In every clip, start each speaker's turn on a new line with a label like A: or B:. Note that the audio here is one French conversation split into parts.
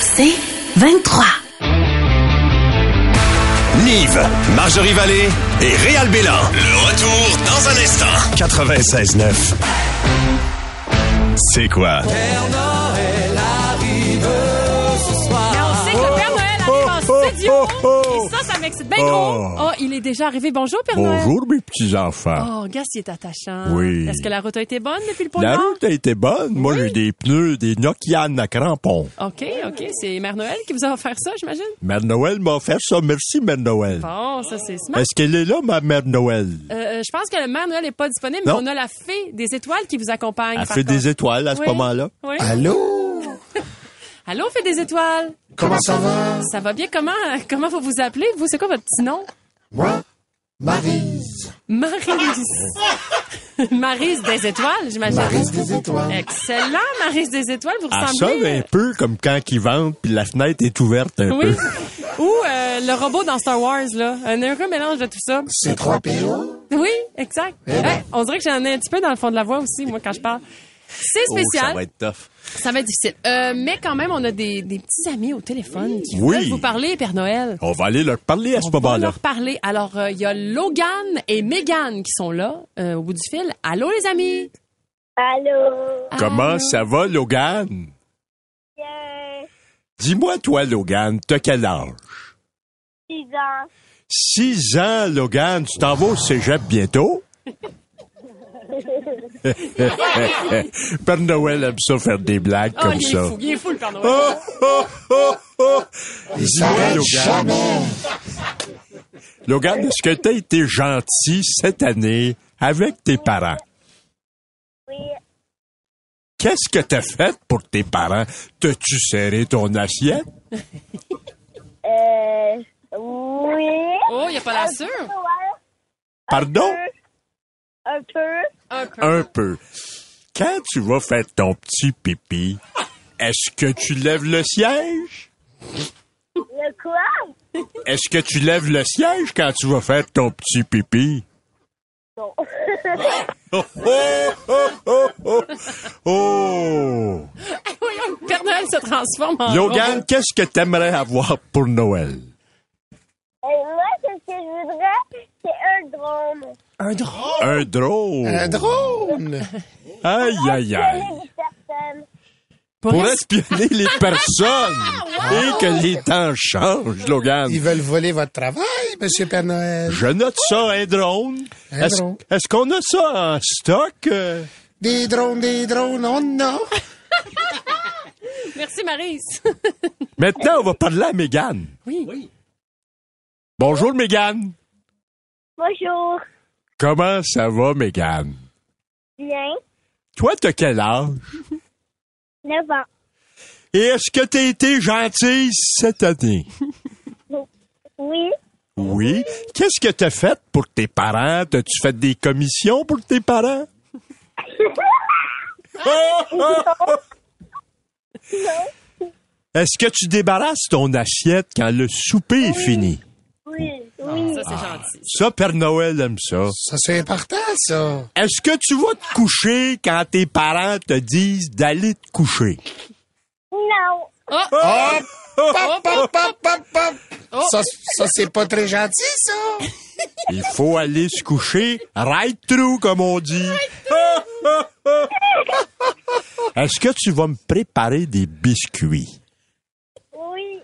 A: C'est 23.
B: Nive, Marjorie Vallée et Réal Bélan.
C: Le retour dans un instant.
B: 96.9. C'est quoi?
D: Père Noël arrive ce soir.
E: Mais on sait que le Père Noël arrive en studio. Et ça, ça m'excite bien gros.
F: Oh.
E: Oh, il est déjà arrivé. Oh, Bonjour, Père Noël.
F: Bonjour mes petits enfants.
E: Oh, regarde s'il est attachant.
F: Oui.
E: Est-ce que la route a été bonne depuis le pôle
F: La
E: Nord?
F: route a été bonne. Moi, j'ai eu des pneus, des Nokian à crampons.
E: OK, OK. C'est Mère Noël qui vous a offert ça, j'imagine?
F: Mère Noël m'a offert ça. Merci, Mère Noël.
E: Bon, ça, c'est smart.
F: Est-ce qu'elle est là, ma Mère Noël?
E: Euh, euh, je pense que le Mère Noël n'est pas disponible, mais
F: Non.
E: on a la fée des étoiles qui vous accompagne.
F: Elle
E: par
F: fait
E: contre.
F: des étoiles à ce
E: Oui.
F: moment-là.
E: Oui.
F: Allô?
E: Allô, fée des étoiles.
G: Comment ça va?
E: Ça va bien? Comment, comment vous vous appelez? Vous, c'est quoi votre petit nom?
G: Moi, Marise.
E: Marise. Marise des étoiles, j'imagine.
G: Maryse des étoiles.
E: Excellent, Marise des étoiles. Vous
F: Elle
E: ressemblez... euh,
F: sonne un peu comme quand ils vendent, puis la fenêtre est ouverte un
E: Oui.
F: peu.
E: Ou euh, le robot dans Star Wars, là. Un heureux mélange de tout ça.
G: C'est 3PO?
E: Oui, exact.
F: Eh ben.
E: Hey, on dirait que j'en ai un petit peu dans le fond de la voix aussi, moi, quand je parle. C'est
F: Oh,
E: spécial.
F: ça va être tough.
E: difficile. Euh, mais quand même, on a des, des petits amis au téléphone qui
F: Oui. Oh,
E: veulent vous parler, Père Noël.
F: On va aller leur parler à ce
E: On va
F: moment-là.
E: leur parler. Alors, euh, il y a Logan et Megan qui sont là, euh, au bout du fil. Allô, les amis?
H: Allô?
F: Comment ça va, Logan?
H: Bien.
F: Dis-moi, toi, Logan, t'as quel âge?
H: Six ans.
F: Six ans, Logan. Tu t'en vas au cégep bientôt? Père Noël aime ça faire des blagues
E: Oh,
F: comme
E: il est
F: ça.
E: fou, il est fou, le Père Noël.
F: Oh, oh, oh, oh. Dis-moi,
G: s'arrête
F: Logan.
G: jamais.
F: Logan, est-ce que t'as été gentil cette année avec tes parents?
H: Oui.
F: Qu'est-ce que t'as fait pour tes parents? T'as-tu serré ton assiette?
H: Euh, oui.
E: Oh, il a pas la sûre.
H: Ouais,
F: Pardon?
H: un peu.
E: Un peu.
F: Un peu. Quand tu vas faire ton petit pipi, est-ce que tu lèves le siège?
H: Le quoi?
F: Est-ce que tu lèves le siège quand tu vas faire ton petit pipi?
H: Non.
F: Oh, oh, oh, oh, oh. Oh.
E: Voyons, le Père Noël se transforme en Oh,
F: Logan, qu'est-ce que t'aimerais avoir pour Noël?
H: Et Ben, moi, ce que je voudrais, c'est un drone.
F: Un drone.
G: Un drone.
F: Aïe, aïe, aïe.
H: Quelle est une personne?
F: Pour espionner les personnes et que les temps changent, Logan.
G: Ils veulent voler votre travail, Monsieur Père Noël.
F: Je note ça, un drone.
G: Un
F: Est-ce
G: drone.
F: est-ce qu'on a ça en stock? euh?
G: Des drones, des drones, on a.
E: Merci, Marise.
F: Maintenant, on va parler à Mégane.
E: Oui.
F: Bonjour, Mégane.
H: Bonjour.
F: Comment ça va, Mégane?
H: Bien.
F: Toi, t'as quel âge?
H: 9 ans.
F: Et est-ce que t'as été gentille cette année?
H: Oui.
F: Oui. Qu'est-ce que t'as fait pour tes parents? T'as-tu fait des commissions pour tes parents? Oh, oh, oh. Est-ce que tu débarrasses ton assiette quand le souper est fini?
H: Oui. Oui.
E: Ça, c'est
I: Ah.
E: gentil.
F: Ça, Père Noël aime ça.
G: Ça, c'est important, ça.
F: Est-ce que tu vas te coucher quand tes parents te disent d'aller te coucher?
H: Non.
G: Hop, hop, hop, Oh. hop, hop, hop. Ça, ça c'est pas très gentil, ça.
F: Il faut aller se coucher right through, comme on dit. Est-ce que tu vas me préparer des biscuits?
H: Oui.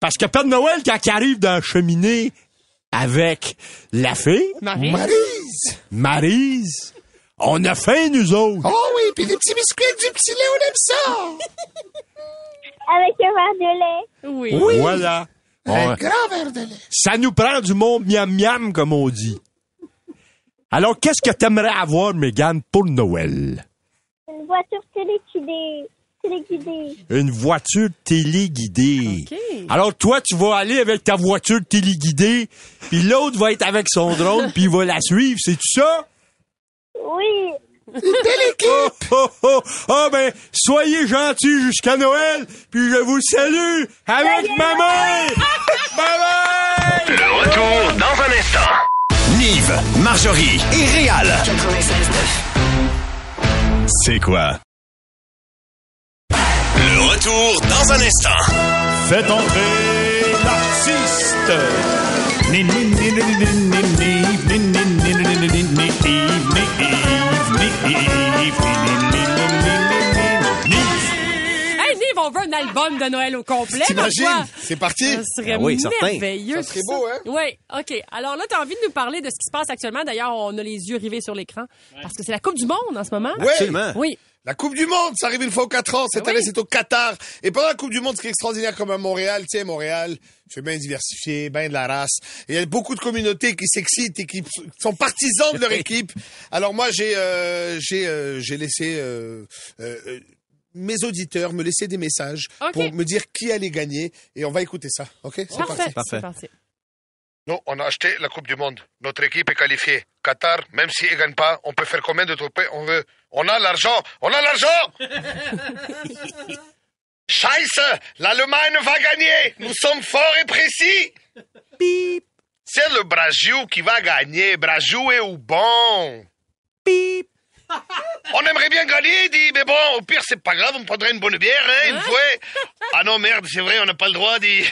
F: Parce que Père Noël, quand il arrive dans la cheminée avec la fée,
G: Marise.
F: Marise, on a faim, nous autres.
G: Oh oui, puis des petits biscuits avec du petit lait, on aime ça.
H: Avec un verre de lait.
E: Oui.
F: Oui. Voilà.
G: Un
F: On-
G: grand verre de lait.
F: ça nous prend du monde miam miam, comme on dit. Alors, qu'est-ce que t'aimerais avoir, Mégane, pour Noël?
H: Une voiture téléguidée.
J: téléguidée.
F: Une voiture téléguidée.
E: OK.
F: Alors toi, tu vas aller avec ta voiture téléguidée, puis l'autre va être avec son drone, puis il va la suivre. C'est tu ça?
J: Oui.
F: Oh, oh, oh, oh, ben, soyez gentils jusqu'à Noël, puis je vous salue avec ma main! Bye bye!
D: Le retour dans un instant.
H: Nive, Marjorie et Réal.
D: C'est quoi? Le retour dans un instant.
C: Faites entrer l'artiste. Ni, ni, ni, ni, ni, ni, ni, ni, ni, ni, ni, ni, ni, ni, ni, Yves, ni, Yves, ni, Yves, ni, Yves, ni, ni, ni, ni, ni, ni, ni, Yves.
E: Hey, Nive, on veut un album de Noël au complet.
I: T'imagines?
E: ma foi.
I: C'est parti.
E: Ça serait
I: Ah oui, certain.
E: merveilleux.
I: Ça serait beau, hein?
E: Oui, OK. Alors là, tu as envie de nous parler de ce qui se passe actuellement. D'ailleurs, on a les yeux rivés sur l'écran parce que c'est la Coupe du Monde en ce moment.
I: Ouais. Absolument.
E: Oui.
I: La Coupe du Monde, ça arrive une fois aux quatre ans. Cette
E: Ah oui.
I: année, c'est au Qatar. Et pendant la Coupe du Monde, ce qui est extraordinaire comme à Montréal, tu sais, Montréal, c'est bien diversifié, bien de la race. Et il y a beaucoup de communautés qui s'excitent et qui p- sont partisans de leur équipe. Alors moi, j'ai euh, j'ai euh, j'ai laissé euh, euh, euh, mes auditeurs me laisser des messages
E: Ok.
I: pour me dire qui allait gagner. Et on va écouter ça, ok C'est
E: Parfait.
I: parti.
E: C'est
K: Parfait.
E: parti.
I: Nous, on a acheté la Coupe du Monde. Notre équipe est qualifiée. Qatar, même si ne gagne pas, on peut faire combien de trophées on veut. On a l'argent On a l'argent Scheiße L'Allemagne va gagner Nous sommes forts et précis C'est le Brasil qui va gagner. Brasil est ou bon On aimerait bien gagner, il dit, mais bon, au pire, c'est pas grave, on prendrait une bonne bière, hein, une fois. Ah non, merde, c'est vrai, on n'a pas le droit, dit.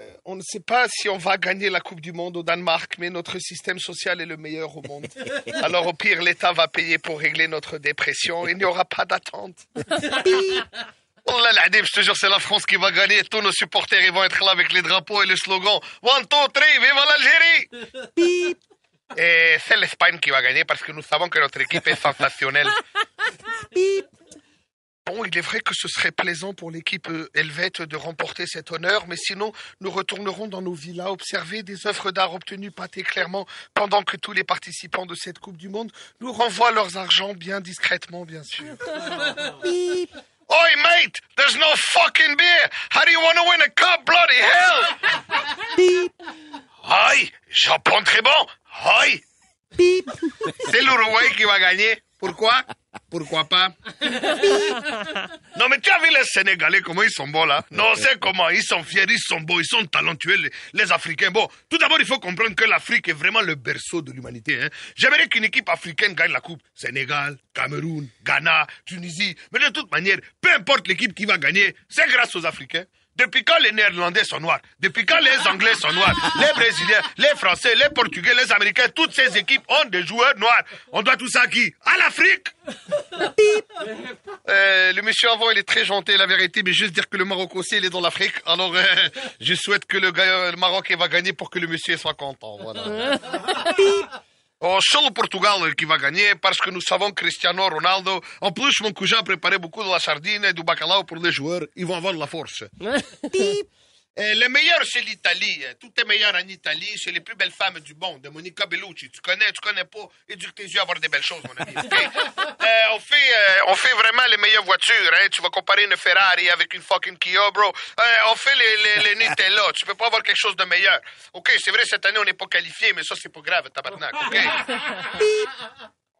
I: Euh, On ne sait pas si on va gagner la Coupe du Monde au Danemark, mais notre système social est le meilleur au monde. Alors au pire, l'État va payer pour régler notre dépression. Il n'y aura pas d'attente. Oh là là, je te jure, c'est la France qui va gagner. Tous nos supporters, ils vont être là avec les drapeaux et le slogan One, two, three, vive l'Algérie Et c'est l'Espagne qui va gagner parce que nous savons que notre équipe est sensationnelle. Bon, il est vrai que ce serait plaisant pour l'équipe euh, helvète de remporter cet honneur, mais sinon, nous retournerons dans nos villas observer des œuvres d'art obtenues pâtées clairement pendant que tous les participants de cette Coupe du Monde nous renvoient leurs argents bien discrètement, bien sûr. Oi, mate! There's no fucking beer! How do you want to win a cup, bloody hell? Oi! Japon très bon! Oi! C'est l'Uruguay qui va gagner. Pourquoi? Pourquoi pas? Non, mais tu as vu les Sénégalais, comment ils sont bons là Non, c'est comment Ils sont fiers, ils sont beaux, ils sont talentueux, les, les Africains. Bon, tout d'abord, il faut comprendre que l'Afrique est vraiment le berceau de l'humanité. hein. J'aimerais qu'une équipe africaine gagne la Coupe. Sénégal, Cameroun, Ghana, Tunisie. Mais de toute manière, peu importe l'équipe qui va gagner, c'est grâce aux Africains. Depuis quand les Néerlandais sont noirs Depuis quand les Anglais sont noirs Les Brésiliens, les Français, les Portugais, les Américains, toutes ces équipes ont des joueurs noirs. On doit tout ça à qui À l'Afrique euh, le monsieur avant, il est très gentil, la vérité, mais juste dire que le Maroc aussi, il est dans l'Afrique. Alors, euh, je souhaite que le, gars- le Maroc il va gagner pour que le monsieur soit content. Voilà. Oh, c'est le Portugal euh, qui va gagner parce que nous savons Cristiano Ronaldo. En plus, mon cousin a préparé beaucoup de la sardine et du bacalao pour les joueurs. Ils vont avoir de la force. Euh, le meilleur, c'est l'Italie. Euh, Tout est meilleur en Italie. C'est les plus belles femmes du monde. Monica Bellucci. Tu connais, tu connais pas. Éduque tes yeux à voir des belles choses, mon ami. ok? Euh, on, fait, euh, on fait vraiment les meilleures voitures. hein. Tu vas comparer une Ferrari avec une fucking Kia, bro. Euh, on fait les, les, les Nutella. Tu peux pas avoir quelque chose de meilleur. OK, c'est vrai, cette année, on n'est pas qualifié, mais ça, c'est pas grave, tabarnak. OK?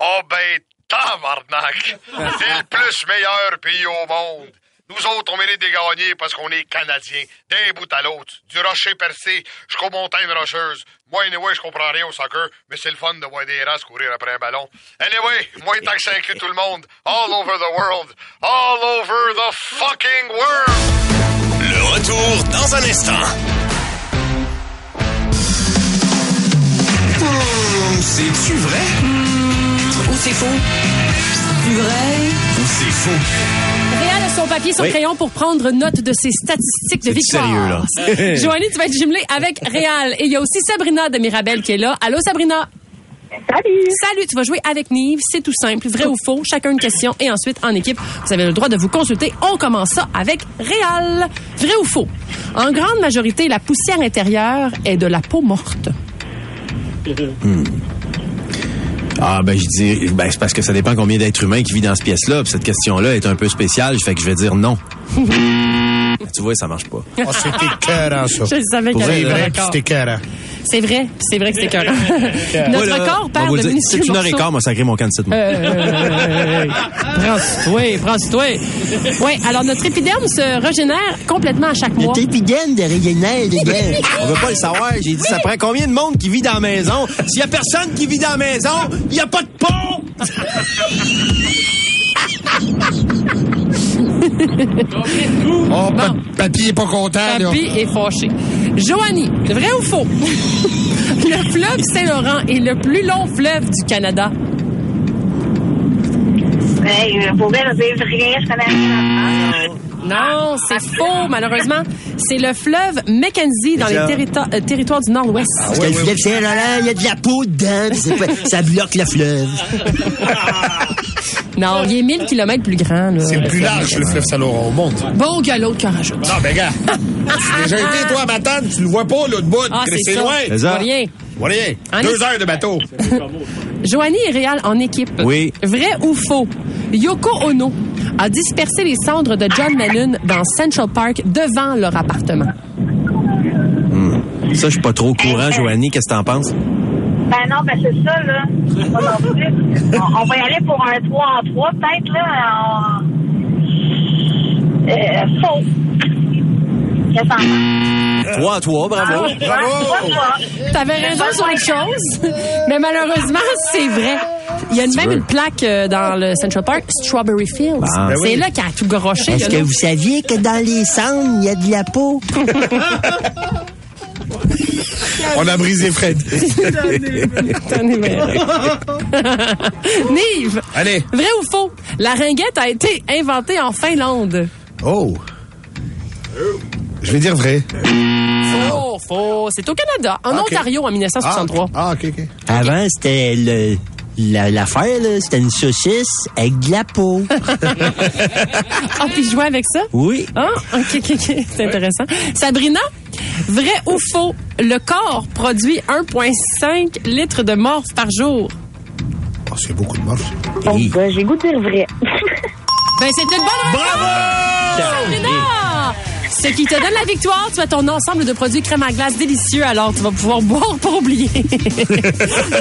I: Oh ben, tabarnak! C'est le plus meilleur pays au monde. Nous autres, on mérite de gagner parce qu'on est Canadiens, d'un bout à l'autre, du rocher percé jusqu'aux montagnes rocheuses. Moi, anyway, je comprends rien au soccer, mais c'est le fun de voir des races courir après un ballon. Anyway, moi, tant que ça inclut tout le monde, all over the world, all over the fucking world!
D: Le retour dans un instant.
H: C'est-tu vrai?
L: Ou c'est faux? Plus vrai?
H: Ou c'est faux?
E: Réal a son papier, son
H: Oui.
E: crayon pour prendre note de ses statistiques de
H: C'est
E: victoire.
H: sérieux, là.
E: Joanie, tu vas être jumelée avec Réal. Et il y a aussi Sabrina de Mirabel qui est là. Allô, Sabrina?
J: Salut!
E: Salut, tu vas jouer avec Nive. C'est tout simple. Vrai ou faux? Chacun une question et ensuite, en équipe, vous avez le droit de vous consulter. On commence ça avec Réal. Vrai ou faux? En grande majorité, la poussière intérieure est de la peau morte.
M: Ah, ben, je dis, ben, c'est parce que ça dépend combien d'êtres humains qui vit dans cette pièce-là. Puis cette question-là est un peu spéciale, fait que je vais dire non. tu vois, ça marche pas.
I: Oh, c'était écœurant, ça.
E: Je le savais
I: Pour
E: qu'il y avait
I: vrai,
E: un
I: vrai,
E: record.
I: C'était écœurant.
E: C'est vrai, puis c'est vrai que c'est écœurant. Notre
M: Voilà.
E: corps
M: On
E: perd
M: va
E: de
M: le dire, C'est
E: minuscules
M: une heure et
E: morceaux.
M: quart, m'a sacré mon cancet. moi.
E: Euh, prends-toi, prends-toi. Ouais, alors notre épiderme se régénère complètement à chaque mois. Notre épiderme de régénère,
M: Ben, On veut pas le savoir. J'ai dit, ça prend combien de monde qui vit dans la maison? S'il y a personne qui vit dans la maison, il y a pas de pont!
I: Oh, pa- papy est pas content, là.
E: Papy est fâché. Joanie, vrai ou faux? le fleuve Saint-Laurent est le plus long fleuve du Canada.
H: euh, pour vrai, je sais rien, je connais rien.
E: Non, c'est faux, malheureusement. C'est le fleuve Mackenzie dans les
N: Déjà.
E: territoires- euh, territoires du Nord-Ouest.
N: Parce que le fleuve Saint-Laurent, il y a de la peau dedans, puis c'est pas- ça bloque le fleuve.
E: Non, il est 1000 km plus grand. là.
I: C'est le plus large, le fleuve Saint-Laurent au monde.
E: Bon, que l'autre qu'on rajoute.
I: Non, mais gars, tu déjà été, toi, à Matane, tu le vois pas, l'autre bout.
E: Ah, c'est
I: c'est
E: ça.
I: loin.
M: Euh,
E: Tu vois rien.
I: Tu vois rien.
E: En
I: Deux
E: effet.
I: heures de bateau.
E: Joanie et Réal en équipe.
I: Oui.
E: Vrai ou faux? Yoko Ono a dispersé les cendres de John Lennon dans Central Park devant leur appartement.
M: Ça, je suis pas trop au courant, Joanie. Qu'est-ce que t'en penses?
H: Ben non, ben c'est ça, là. Pas non plus. On, on va y aller pour un 3 en 3, peut-être, là. en- Euh, faux. Qu'est-ce que t'en penses?
M: Trois à trois, bravo.
H: Ah, trois à trois.
E: T'avais raison sur autre chose, mais malheureusement, c'est vrai. Il y a même
N: veux.
E: une plaque euh, dans le Central Park, Strawberry Fields.
N: Ah. Ben oui.
E: C'est là qu'il a tout garoché.
N: Est-ce
E: là,
N: que
E: non?
N: vous saviez que dans les cendres, il y a de la peau?
I: On a brisé Fred.
E: Nive!
I: Allez.
E: Vrai ou faux? La ringuette a été inventée en Finlande.
I: Oh. Je vais dire vrai.
E: Faux, faux. C'est au Canada, en
I: Ok.
E: Ontario, en 1963.
I: Ah, ok, ok.
N: Avant, c'était le. la- L'affaire, là, c'était une saucisse avec de la peau.
E: Ah, puis jouer avec ça?
N: Oui.
E: Ah, ok, ok, ok. C'est intéressant. Sabrina, vrai ou faux? Le corps produit 1,5 litres de morph par jour.
I: Oh, c'est beaucoup de morse.
H: J'ai goûté le vrai.
E: Ben, c'était une bonne réponse, Sabrina! Ce qui te donne la victoire, tu as ton ensemble de produits crème à glace délicieux, alors tu vas pouvoir boire pour oublier.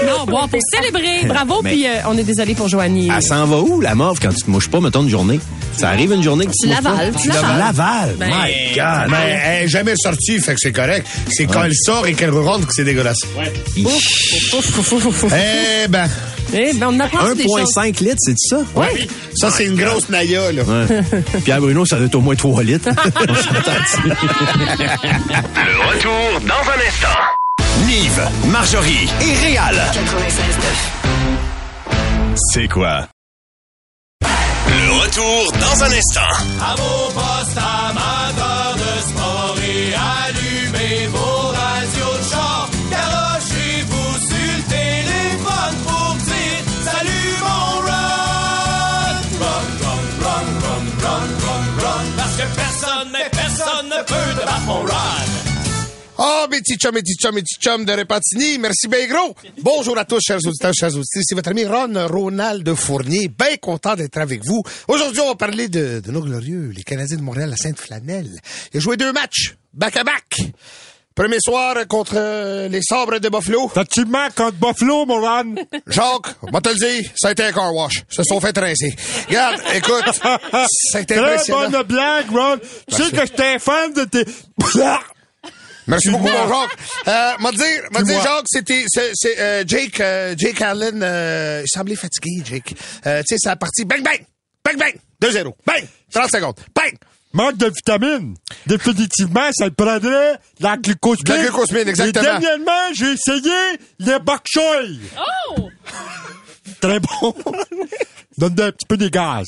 E: non, boire pour célébrer. Bravo,
M: Mais- Ah,
E: puis euh, on est désolé pour Joanie.
M: Elle s'en va où, la morve, quand tu te mouches pas, mettons, une journée? Ça arrive une journée que tu
E: Tu
M: te mouches
E: l'avales,
M: pas?
E: tu l'avales.
I: Laval,
E: Ben,
I: my
M: Ah,
I: God. Mais elle est jamais sortie, fait que c'est correct. C'est quand elle sort et qu'elle rentre que c'est dégueulasse. Ouais.
E: Ouf, ouf, ouf, ouf, ouf, ouf.
I: Eh ben.
E: Eh ben, on apprend des choses.
M: 1,5 litres, c'est ça?
E: Ouais.
I: Ça, c'est une grosse naïa, là.
M: Ouais. Pierre Bruno, ça doit être au moins 3 litres. On s'entend-tu?
C: Le retour dans un instant. Nive, Marjorie et Réal. C'est quoi? Le retour dans un instant.
D: À vos postes amateurs de sport et allumez vos radios de char. Garochez-vous sur le téléphone pour dire Salut mon run! Run, run, run, run, run, run, run. Parce que personne, mais personne ne peut te battre mon run.
I: Oh, mes petits chums, mes petits chums, mes petits chums de Repentigny, merci bien gros. Bonjour à tous, chers auditeurs, chers auditrices. C'est votre ami Ron Ronald Fournier, bien content d'être avec vous. Aujourd'hui, on va parler de, de nos glorieux, les Canadiens de Montréal à Sainte-Flanelle. Ils ont joué deux matchs, back-à-back. Premier soir euh, contre euh, les Sabres de Buffalo. T'as-tu manques contre Buffalo, mon Ron? Jacques, moi te le dire, ça a été un car wash. Ils se sont fait rincer. Regarde, écoute, c'est
F: Très
I: impressionnant.
F: bonne blague, Ron. Tu sais que j'étais fan de tes...
I: Merci beaucoup, mon Jacques. Euh, m'a dire, m'a dire,
F: Dis-moi.
I: Jacques, c'était, c'est, c'est, euh, Jake, euh, Jake Allen, euh, il semblait fatigué, Jake. Euh, tu sais, c'est la partie bang, bang, bang, bang, 2-0, bang, 30 secondes, bang.
F: Manque de vitamines. Définitivement, ça le prendrait de la glucosamine.
I: De la glucosamine, exactement.
F: Et dernièrement, j'ai essayé les bok choy.
E: Oh!
F: Très bon. Donne un petit peu des gaz.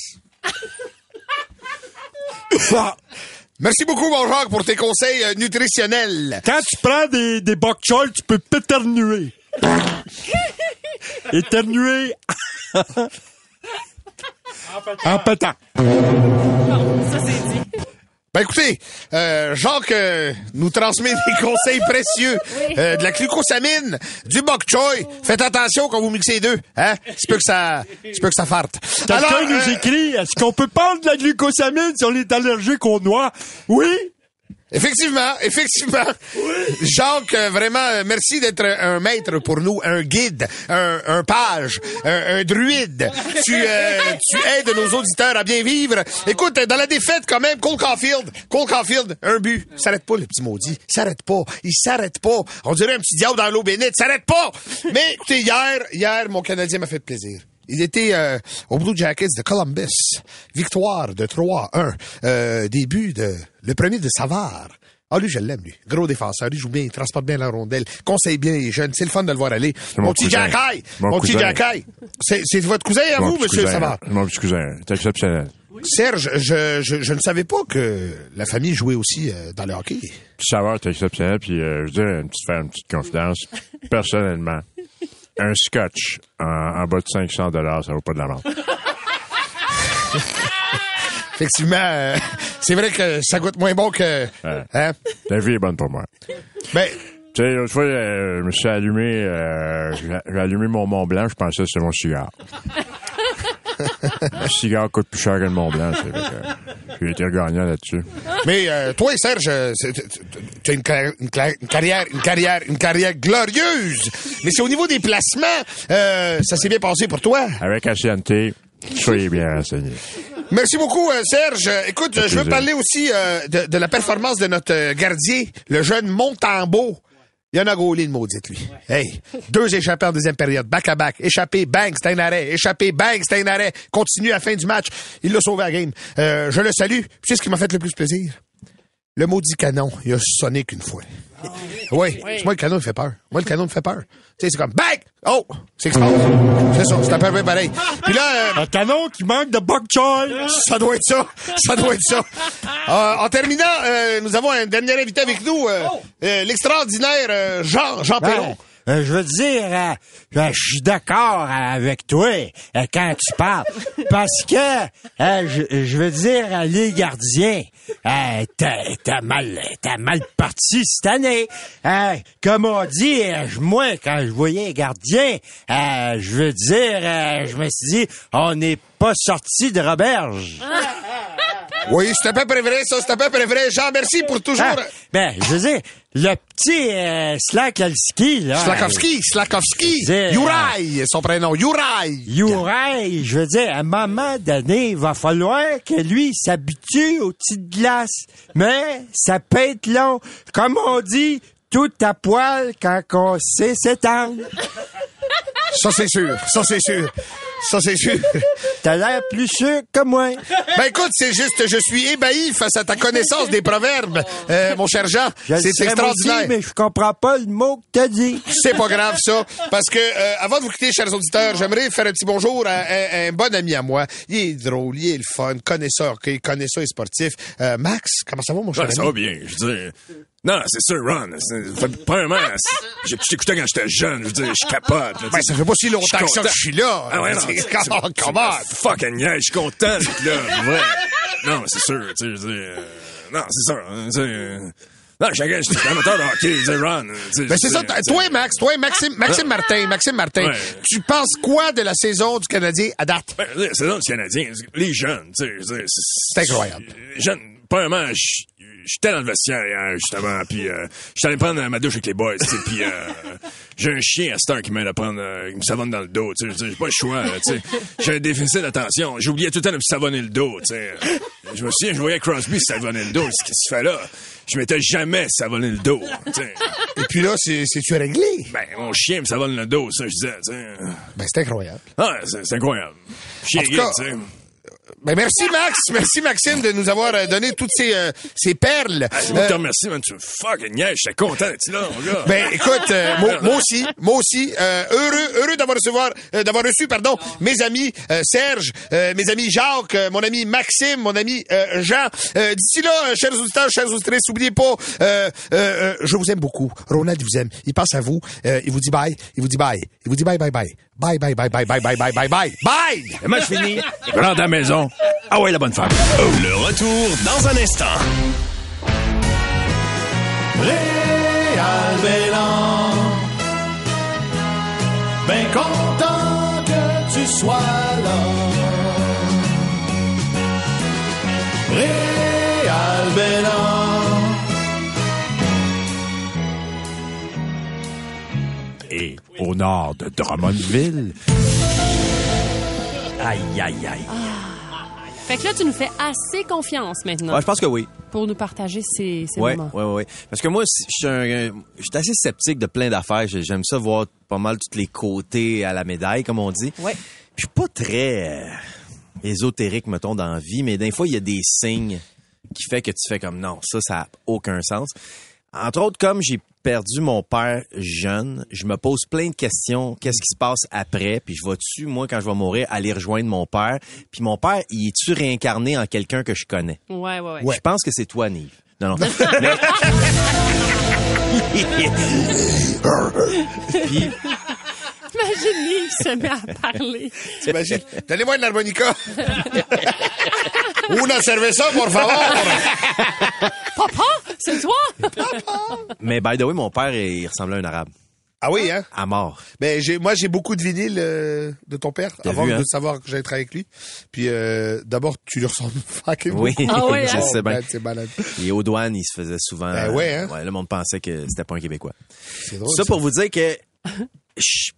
I: Merci beaucoup, mon Jacques, pour tes conseils euh, nutritionnels.
F: Quand tu prends des, des bok choy, tu peux péternuer. Éternuer. en pétant.
E: Bon, ça, c'est dit.
I: Ben écoutez, euh, Jacques euh, nous transmet des conseils précieux. Euh, de la glucosamine, du bok choy. Faites attention quand vous mixez les deux. Hein? C'est peu que ça, c'est peu que ça farte.
F: Quelqu'un
I: Alors,
F: nous
I: euh,
F: écrit, est-ce qu'on peut prendre de la glucosamine si on est allergique au noix? Oui?
I: Effectivement, effectivement. Jacques, euh, vraiment, euh, merci d'être un maître pour nous, un guide, un, un page, euh, un, un druide. Tu, euh, tu aides nos auditeurs à bien vivre. Écoute, euh, dans la défaite, quand même, Cole Caulfield, Cole Caulfield, un but. S'arrête pas, le petit maudit. S'arrête pas. Il s'arrête pas. On dirait un petit diable dans l'eau bénite. S'arrête pas! Mais, écoutez, hier, hier, mon Canadien m'a fait plaisir. Il était euh, au Blue Jackets de Columbus. Victoire de 3-1. Euh, début de le premier de Savard. Ah, lui, je l'aime, lui. Gros défenseur. Il joue bien, il transporte bien la rondelle, conseille bien les jeunes. C'est le fun de le voir aller. Mon,
O: mon
I: petit
O: cousin.
I: Jacaille! Mon,
O: Mon
I: petit
O: cousin.
I: Jacaille! C'est c'est votre cousin à
O: Mon
I: vous,
O: petit
I: monsieur
O: cousin,
I: Savard?
O: Mon petit cousin, c'est exceptionnel.
I: Serge, je, je, je ne savais pas que la famille jouait aussi euh, dans le hockey.
O: Petit Savard, c'est exceptionnel. Puis, euh, je veux dire, une petite, faire une petite confidence. Personnellement, un scotch en, en bas de 500 ça vaut pas de la menthe.
I: Effectivement, euh, c'est vrai que ça goûte moins bon que... Hein?
O: La vie est bonne pour moi.
I: Ben.
O: Tu sais, l'autre fois, euh, je me suis allumé, euh, j'ai j'ai allumé mon Mont Blanc, je pensais que c'était mon cigare. Le cigare coûte plus cher que le Mont Blanc, c'est vrai que J'ai été gagnant là-dessus.
I: Mais euh, toi, Serge, euh, c'est- t- t- tu as une, carrière- une cla- une carrière, une carrière, une carrière glorieuse. Mais c'est au niveau des placements, euh, ça s'est bien passé pour toi.
O: Avec ancienneté, soyez bien renseigné.
I: Merci beaucoup, euh, Serge. Euh, Écoute, euh, je veux
O: plaisir.
I: parler aussi euh, de, de la performance de notre euh, gardien, le jeune Montembeau. Il y en a gaulé une maudite, lui. Hey, deux échappés en deuxième période, back à back, échappé, bang, c'est un arrêt, échappé, bang, c'est un arrêt, continue à la fin du match. Il l'a sauvé à la game. Euh, je le salue. Puis Tu sais ce qui m'a fait le plus plaisir? Le maudit canon, il a sonné qu'une fois. Ah Oui, c'est moi le canon, il fait peur. Moi, le canon, il me fait peur. Tu sais, c'est comme bang! Oh! C'est que ça passe. C'est ça, c'est à peu près pareil. Puis là. euh,
F: Un canon qui manque de bok choy!
I: Ça doit être ça! Ça doit être ça! Euh, en terminant, euh, nous avons un dernier invité avec nous, euh, euh, l'extraordinaire euh, Jean, Jean Perron.
P: Oh! Ben, euh, je veux dire, euh, ben, je suis d'accord euh, avec toi euh, quand tu parles. Parce que, euh, je, je veux dire, euh, les gardiens, euh, t'as t'as mal, t'as mal parti cette année. Euh, comme on dit, euh, je- moi, quand je voyais les gardiens, euh, je veux dire, euh, je me suis dit, on n'est pas sorti de Roberge.
I: Oui, c'est à peu près vrai, ça, c'est à peu près vrai. Jean, merci pour toujours.
Q: euh,
P: ben, je veux dire, le petit euh, Slakalski, là. euh,
I: Slakowski, Slakowski,
P: Je veux dire,
I: Uraï, son prénom, Uraï.
P: Uraille, je veux dire, à un moment donné, il va falloir que lui s'habitue aux petites glaces. Mais ça peut être long. Comme on dit, tout à poil quand on sait s'étendre.
I: Ça, c'est sûr. Ça, c'est sûr. Ça, c'est sûr.
P: T'as l'air plus sûr que moi.
I: Ben écoute, c'est juste, je suis ébahi face à ta connaissance des proverbes, euh, mon cher Jean.
P: Je le
I: C'est
P: serais moi aussi,
I: extraordinaire.
P: mais je comprends pas le mot que t'as dit.
I: C'est pas grave, ça. Parce que, euh, avant de vous quitter, chers auditeurs, j'aimerais faire un petit bonjour à, un- un bon ami à moi. Il est drôle, il est le fun, connaisseur, ok, connaisseur et sportif. Euh, Max, comment ça va, mon cher
Q: Ouais, Ah, ça
I: ami?
Q: va bien, je veux dire. Non, c'est sûr, Ron. c'est- fait- Premièrement, c'est- je je t'écoutais quand j'étais jeune, je veux dire, je capote. là, tu
I: Ben, ça
Q: sais.
I: fait pas si longtemps
Q: suis
I: que ça
Q: content.
I: que je suis là.
Q: Ah ouais, non,
I: C'est-
Q: c'est-
I: come on,
Q: c'est-
I: come on.
Q: c'est- Fucking yeah, je suis content d'être là, pour vrai. Non, c'est sûr, tu sais, je veux dire, euh, non, c'est ça, hein, tu sais, euh, non, chacun, je suis amateur de hockey, je veux dire, Ron. euh, tu sais,
I: Ben,
Q: je
I: c'est
Q: veux
I: ça.
Q: dire,
I: t- Toi, Max, toi, Maxime, Maxime Martin, Maxime Martin,
Q: Ouais.
I: tu penses quoi de la saison du Canadien à date?
Q: Ben, je veux dire, c'est dans le Canadien. Les jeunes, tu sais, je veux dire, c'est
I: C'est incroyable.
Q: Les Jeunes, premièrement, je- j'étais dans le vestiaire hier, justement, puis euh, j'étais allé prendre ma douche avec les boys, tu sais, puis euh, j'ai un chien à cette heure qui m'aide à prendre, euh, qui me savonne dans le dos, tu sais, je veux dire, j'ai pas le choix, là, tu sais. J'ai un déficit d'attention, j'oubliais tout le temps de me savonner le dos, tu sais. Je me souviens, je voyais Crosby se savonner le dos, ce qu'il se fait là. Je m'étais jamais savonné le dos, tu sais.
I: Et puis là, c'est- c'est-tu réglé?
Q: Ben, mon chien me savonne le dos, ça, je disais, tu sais.
I: Ben, c'est incroyable.
Q: Ah, c'est c'est incroyable. Chien
I: En tout
Q: gay,
I: cas,
Q: tu sais.
I: Ben, merci, Max. Merci, Maxime, de nous avoir euh, donné toutes ces, euh, ces perles.
Q: Ah, c'est moi qui te
I: Euh,
Q: remercie, man. Tu me fucking niaises. J'étais content d'être là, mon gars.
I: Ben écoute, euh, moi, moi aussi, moi aussi, euh, heureux, heureux d'avoir recevoir, euh, d'avoir reçu, pardon, mes amis euh, Serge, euh, mes amis Jacques, euh, mon ami Maxime, mon ami euh, Jean. Euh, D'ici là, euh, chers auditeurs, chers auditrices, n'oubliez pas, euh, euh, euh, je vous aime beaucoup. Ronald vous aime. Il pense à vous. Euh, il vous dit bye. Il vous dit bye. Il vous dit bye bye bye. Bye, bye, bye, bye, bye, bye, bye, bye, bye, bye!
Q: Le match fini. Rentre à la maison. Ah ouais, la bonne femme.
C: Le retour dans un instant.
D: Réal Bélan. Ben content que tu sois là. Réal Bélan.
R: Et au nord de Drummondville. Aïe, aïe, aïe.
E: Fait que là, tu nous fais assez confiance maintenant.
M: Ouais, je pense que oui.
E: Pour nous partager ces, ces
M: Ouais,
E: moments.
M: ouais, ouais. Parce que moi, si- je suis un- un- je suis assez sceptique de plein d'affaires. J'ai- J'aime ça voir pas mal tous les côtés à la médaille, comme on dit.
E: Ouais.
M: Je suis pas très euh, ésotérique, mettons, dans la vie, mais des fois, il y a des signes qui fait que tu fais comme non, ça, ça a aucun sens. Entre autres, comme j'ai perdu mon père jeune, je me pose plein de questions. Qu'est-ce qui se passe après? Puis je vais-tu, moi, quand je vais mourir, aller rejoindre mon père? Puis mon père, il est-tu réincarné en quelqu'un que je connais?
E: Ouais, ouais, ouais.
M: Je pense que c'est toi, Nive. Non, non. Puis,
E: Imagine, lui, il se met à parler.
I: T'imagines? Donnez-moi une harmonica! Una cerveza, por favor!
E: Papa, c'est toi?
M: mais by the way, mon père, il ressemblait à un arabe.
I: Ah oui, hein?
M: À mort.
I: Ben, j'ai, moi, j'ai beaucoup de vinyles euh, de ton père
M: T'as
I: avant
M: vu, hein?
I: de savoir que j'allais travailler avec lui. Puis, euh, d'abord, tu lui ressembles fucking
M: Oui,
I: beaucoup.
M: Ah ouais, je hein? sais bien.
I: Man, C'est malade.
M: Et aux douanes, il se faisait souvent.
I: Ben ouais, hein? Oh,
M: le monde pensait que c'était pas un Québécois.
I: C'est drôle.
M: ça pour vous dire que je,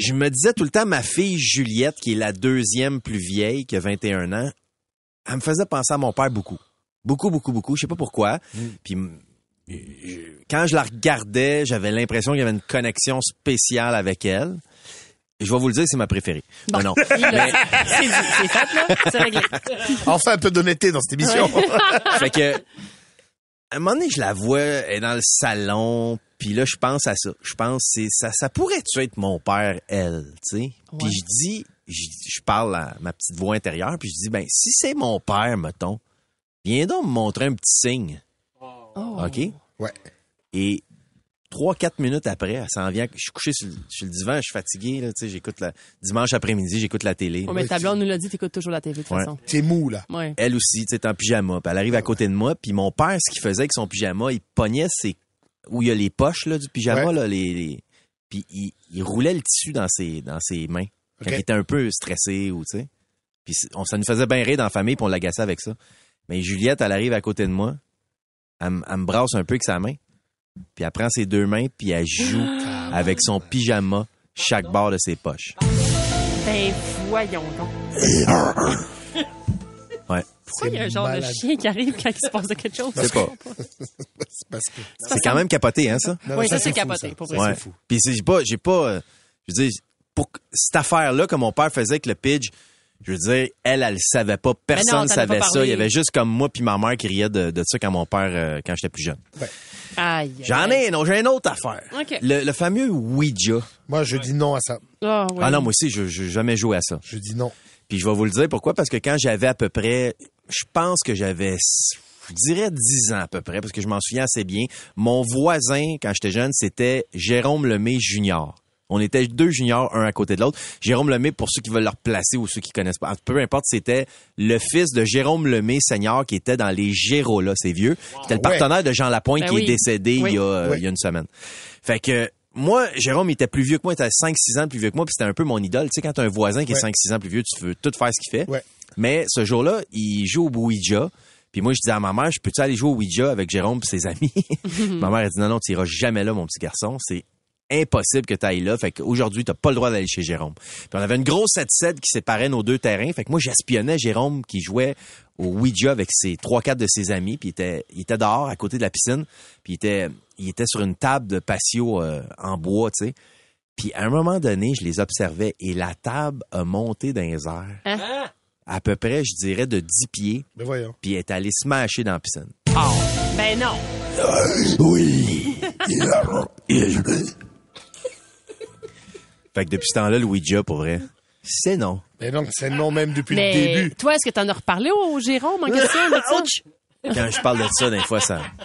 M: je me disais tout le temps, ma fille Juliette, qui est la deuxième plus vieille, qui a 21 ans, elle me faisait penser à mon père beaucoup. Beaucoup, beaucoup, beaucoup. Je sais pas pourquoi.
I: Mm.
M: Puis m- je- quand je la regardais, j'avais l'impression qu'il y avait une connexion spéciale avec elle. Et je vais vous le dire, c'est ma préférée. Non, non. Mais-
E: C'est dit, c'est fait, là. C'est réglé.
I: Enfin, un peu d'honnêteté dans cette émission.
M: Ouais. fait que, à un moment donné, je la vois, elle est dans le salon, puis là, je pense à ça. Je pense, c'est ça, ça pourrait-tu être mon père, elle, tu sais? Puis je dis, je, je parle à ma petite voix intérieure, puis je dis, ben, si c'est mon père, mettons, viens donc me montrer un petit signe.
E: Oh.
M: OK?
I: Ouais.
M: Et trois, quatre minutes après, elle s'en vient. Je suis couché sur, le- sur le divan, je suis fatigué, là, tu sais, j'écoute la, dimanche après-midi, j'écoute la télé.
E: Oh, mais ta blonde nous l'a dit, t'écoutes toujours la TV, de toute
M: Ouais.
E: façon.
I: T'es mou, là.
E: Ouais.
M: Elle aussi, tu sais, est en pyjama. Puis elle arrive à côté de moi. Puis mon père, ce qu'il faisait avec son pyjama, il pognait ses... où il y a les poches là, du pyjama, là, les, les- puis il, il roulait le tissu dans ses, dans ses mains quand
I: Ok.
M: il était un peu stressé ou, tu sais. Puis c'est- on, ça nous faisait bien rire dans la famille, puis on l'agaçait avec ça. Mais Juliette, elle arrive à côté de moi. Elle, me- elle me brasse un peu avec sa main. Puis elle prend ses deux mains, puis elle joue avec son pyjama chaque bord de ses poches.
E: Ben, voyons donc.
M: Ouais.
E: Pourquoi il y a un genre de
I: malade.
E: chien qui arrive quand il se passe quelque chose?
M: Je sais pas.
I: c'est parce que.
M: C'est quand même capoté, hein, ça?
E: Oui, ça, c'est capoté, pour vrai.
M: Ouais. Puis c'est- j'ai pas, j'ai pas, euh, je veux dire, pour que- cette affaire-là que mon père faisait avec le pitch, je veux dire, elle, elle le savait pas, personne
E: non,
M: ne
E: t'en as pas
M: savait ça.
E: parlé.
M: Il y avait juste comme moi puis ma mère qui riait de, de ça quand mon père, euh, quand j'étais plus jeune.
E: Aïe.
M: J'en ai, non, j'ai une autre affaire.
E: OK.
M: Le, le fameux Ouija.
I: Moi, je dis non à ça.
E: Ah, ouais.
M: Ah non, moi aussi, je n'ai jamais joué à ça.
I: Je dis non.
M: Puis je vais vous le dire pourquoi, parce que quand j'avais à peu près, je pense que j'avais, je dirais 10 ans à peu près, parce que je m'en souviens assez bien, mon voisin, quand j'étais jeune, c'était Jérôme Lemay Junior. On était deux juniors, un à côté de l'autre. Jérôme Lemay, pour ceux qui veulent le replacer ou ceux qui connaissent pas, peu importe, c'était le fils de Jérôme Lemay Senior qui était dans les Géros, là, c'est vieux. C'était le
I: Ah ouais.
M: partenaire de Jean Lapointe
I: Ben
M: qui
I: oui.
M: est décédé
I: Oui.
M: il, y a, euh,
I: Oui.
M: il y a une semaine. Fait que moi, Jérôme il était plus vieux que moi, il était 5-6 ans de plus vieux que moi, puis c'était un peu mon idole. Tu sais, quand t'as un voisin qui
I: Ouais.
M: est 5-6 ans plus vieux, tu veux tout faire ce qu'il fait.
I: Ouais.
M: Mais ce jour-là, il joue au Ouija. Puis moi, je disais à ma mère, je peux-tu aller jouer au Ouija avec Jérôme et ses amis? ma mère, elle dit, non, non, tu iras jamais là, mon petit garçon. C'est impossible que tu ailles là. Fait qu'aujourd'hui, t'as pas le droit d'aller chez Jérôme. Puis on avait une grosse 7-7 qui séparait nos deux terrains. Fait que moi, j'espionnais Jérôme qui jouait au Ouija avec ses trois, quatre de ses amis. Puis il était, il était dehors, à côté de la piscine. Puis il était, il était sur une table de patio euh, en bois, tu sais. Puis à un moment donné, je les observais et la table a monté dans les airs
E: Hein?
M: à peu près, je dirais, de 10 pieds,
I: Mais voyons.
M: puis elle est allée smasher dans la piscine.
E: Ben non.
M: Oui! fait que depuis ce temps-là, le Ouija, pour vrai, c'est non.
I: Mais non, c'est non même depuis
E: mais
I: le début.
E: toi, est-ce que t'en as reparlé au Jérôme en question? là, de ça?
M: Quand je parle de ça, des fois, ça...
E: ah,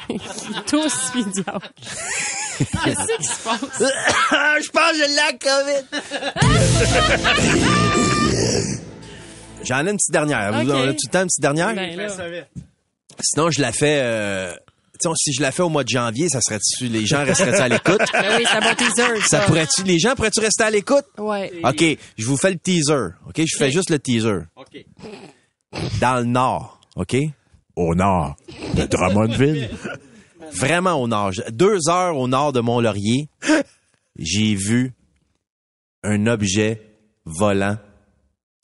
E: Tous, puis diable. Qu'est-ce qui se passe?
H: Ah, Je pense que j'ai la COVID.
M: J'en ai une petite dernière. Vous
H: Ok.
M: en avez tout le temps une petite dernière?
H: Ben, là.
M: Sinon, je la fais. euh, tu sais, si je la fais au mois de janvier, ça serait-tu. Les gens resteraient à l'écoute?
E: Ben oui, c'est un bon teaser, ça.
M: pourrait-tu. Les gens pourraient-tu rester à l'écoute?
E: Ouais.
M: OK, je vous fais le teaser. OK, je fais juste le teaser.
E: OK.
M: Dans le nord, OK? Au nord de Drummondville. Vraiment au nord. Je- Deux heures au nord de Mont-Laurier, j'ai vu un objet volant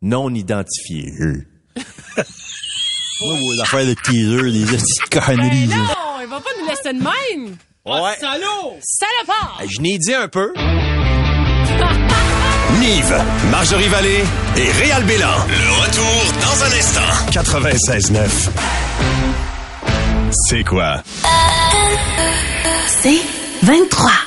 M: non identifié. Moi, vos affaires de teaser, des petites conneries.
E: Ben
M: là.
E: non, il va pas nous laisser de même.
M: Ouais.
E: Salaud! Salopard!
M: Je n'ai dit un peu.
Q: Nive, Marjorie Vallée et Réal Bélan. Le retour dans un instant. 96.9. C'est quoi?
S: C'est 23.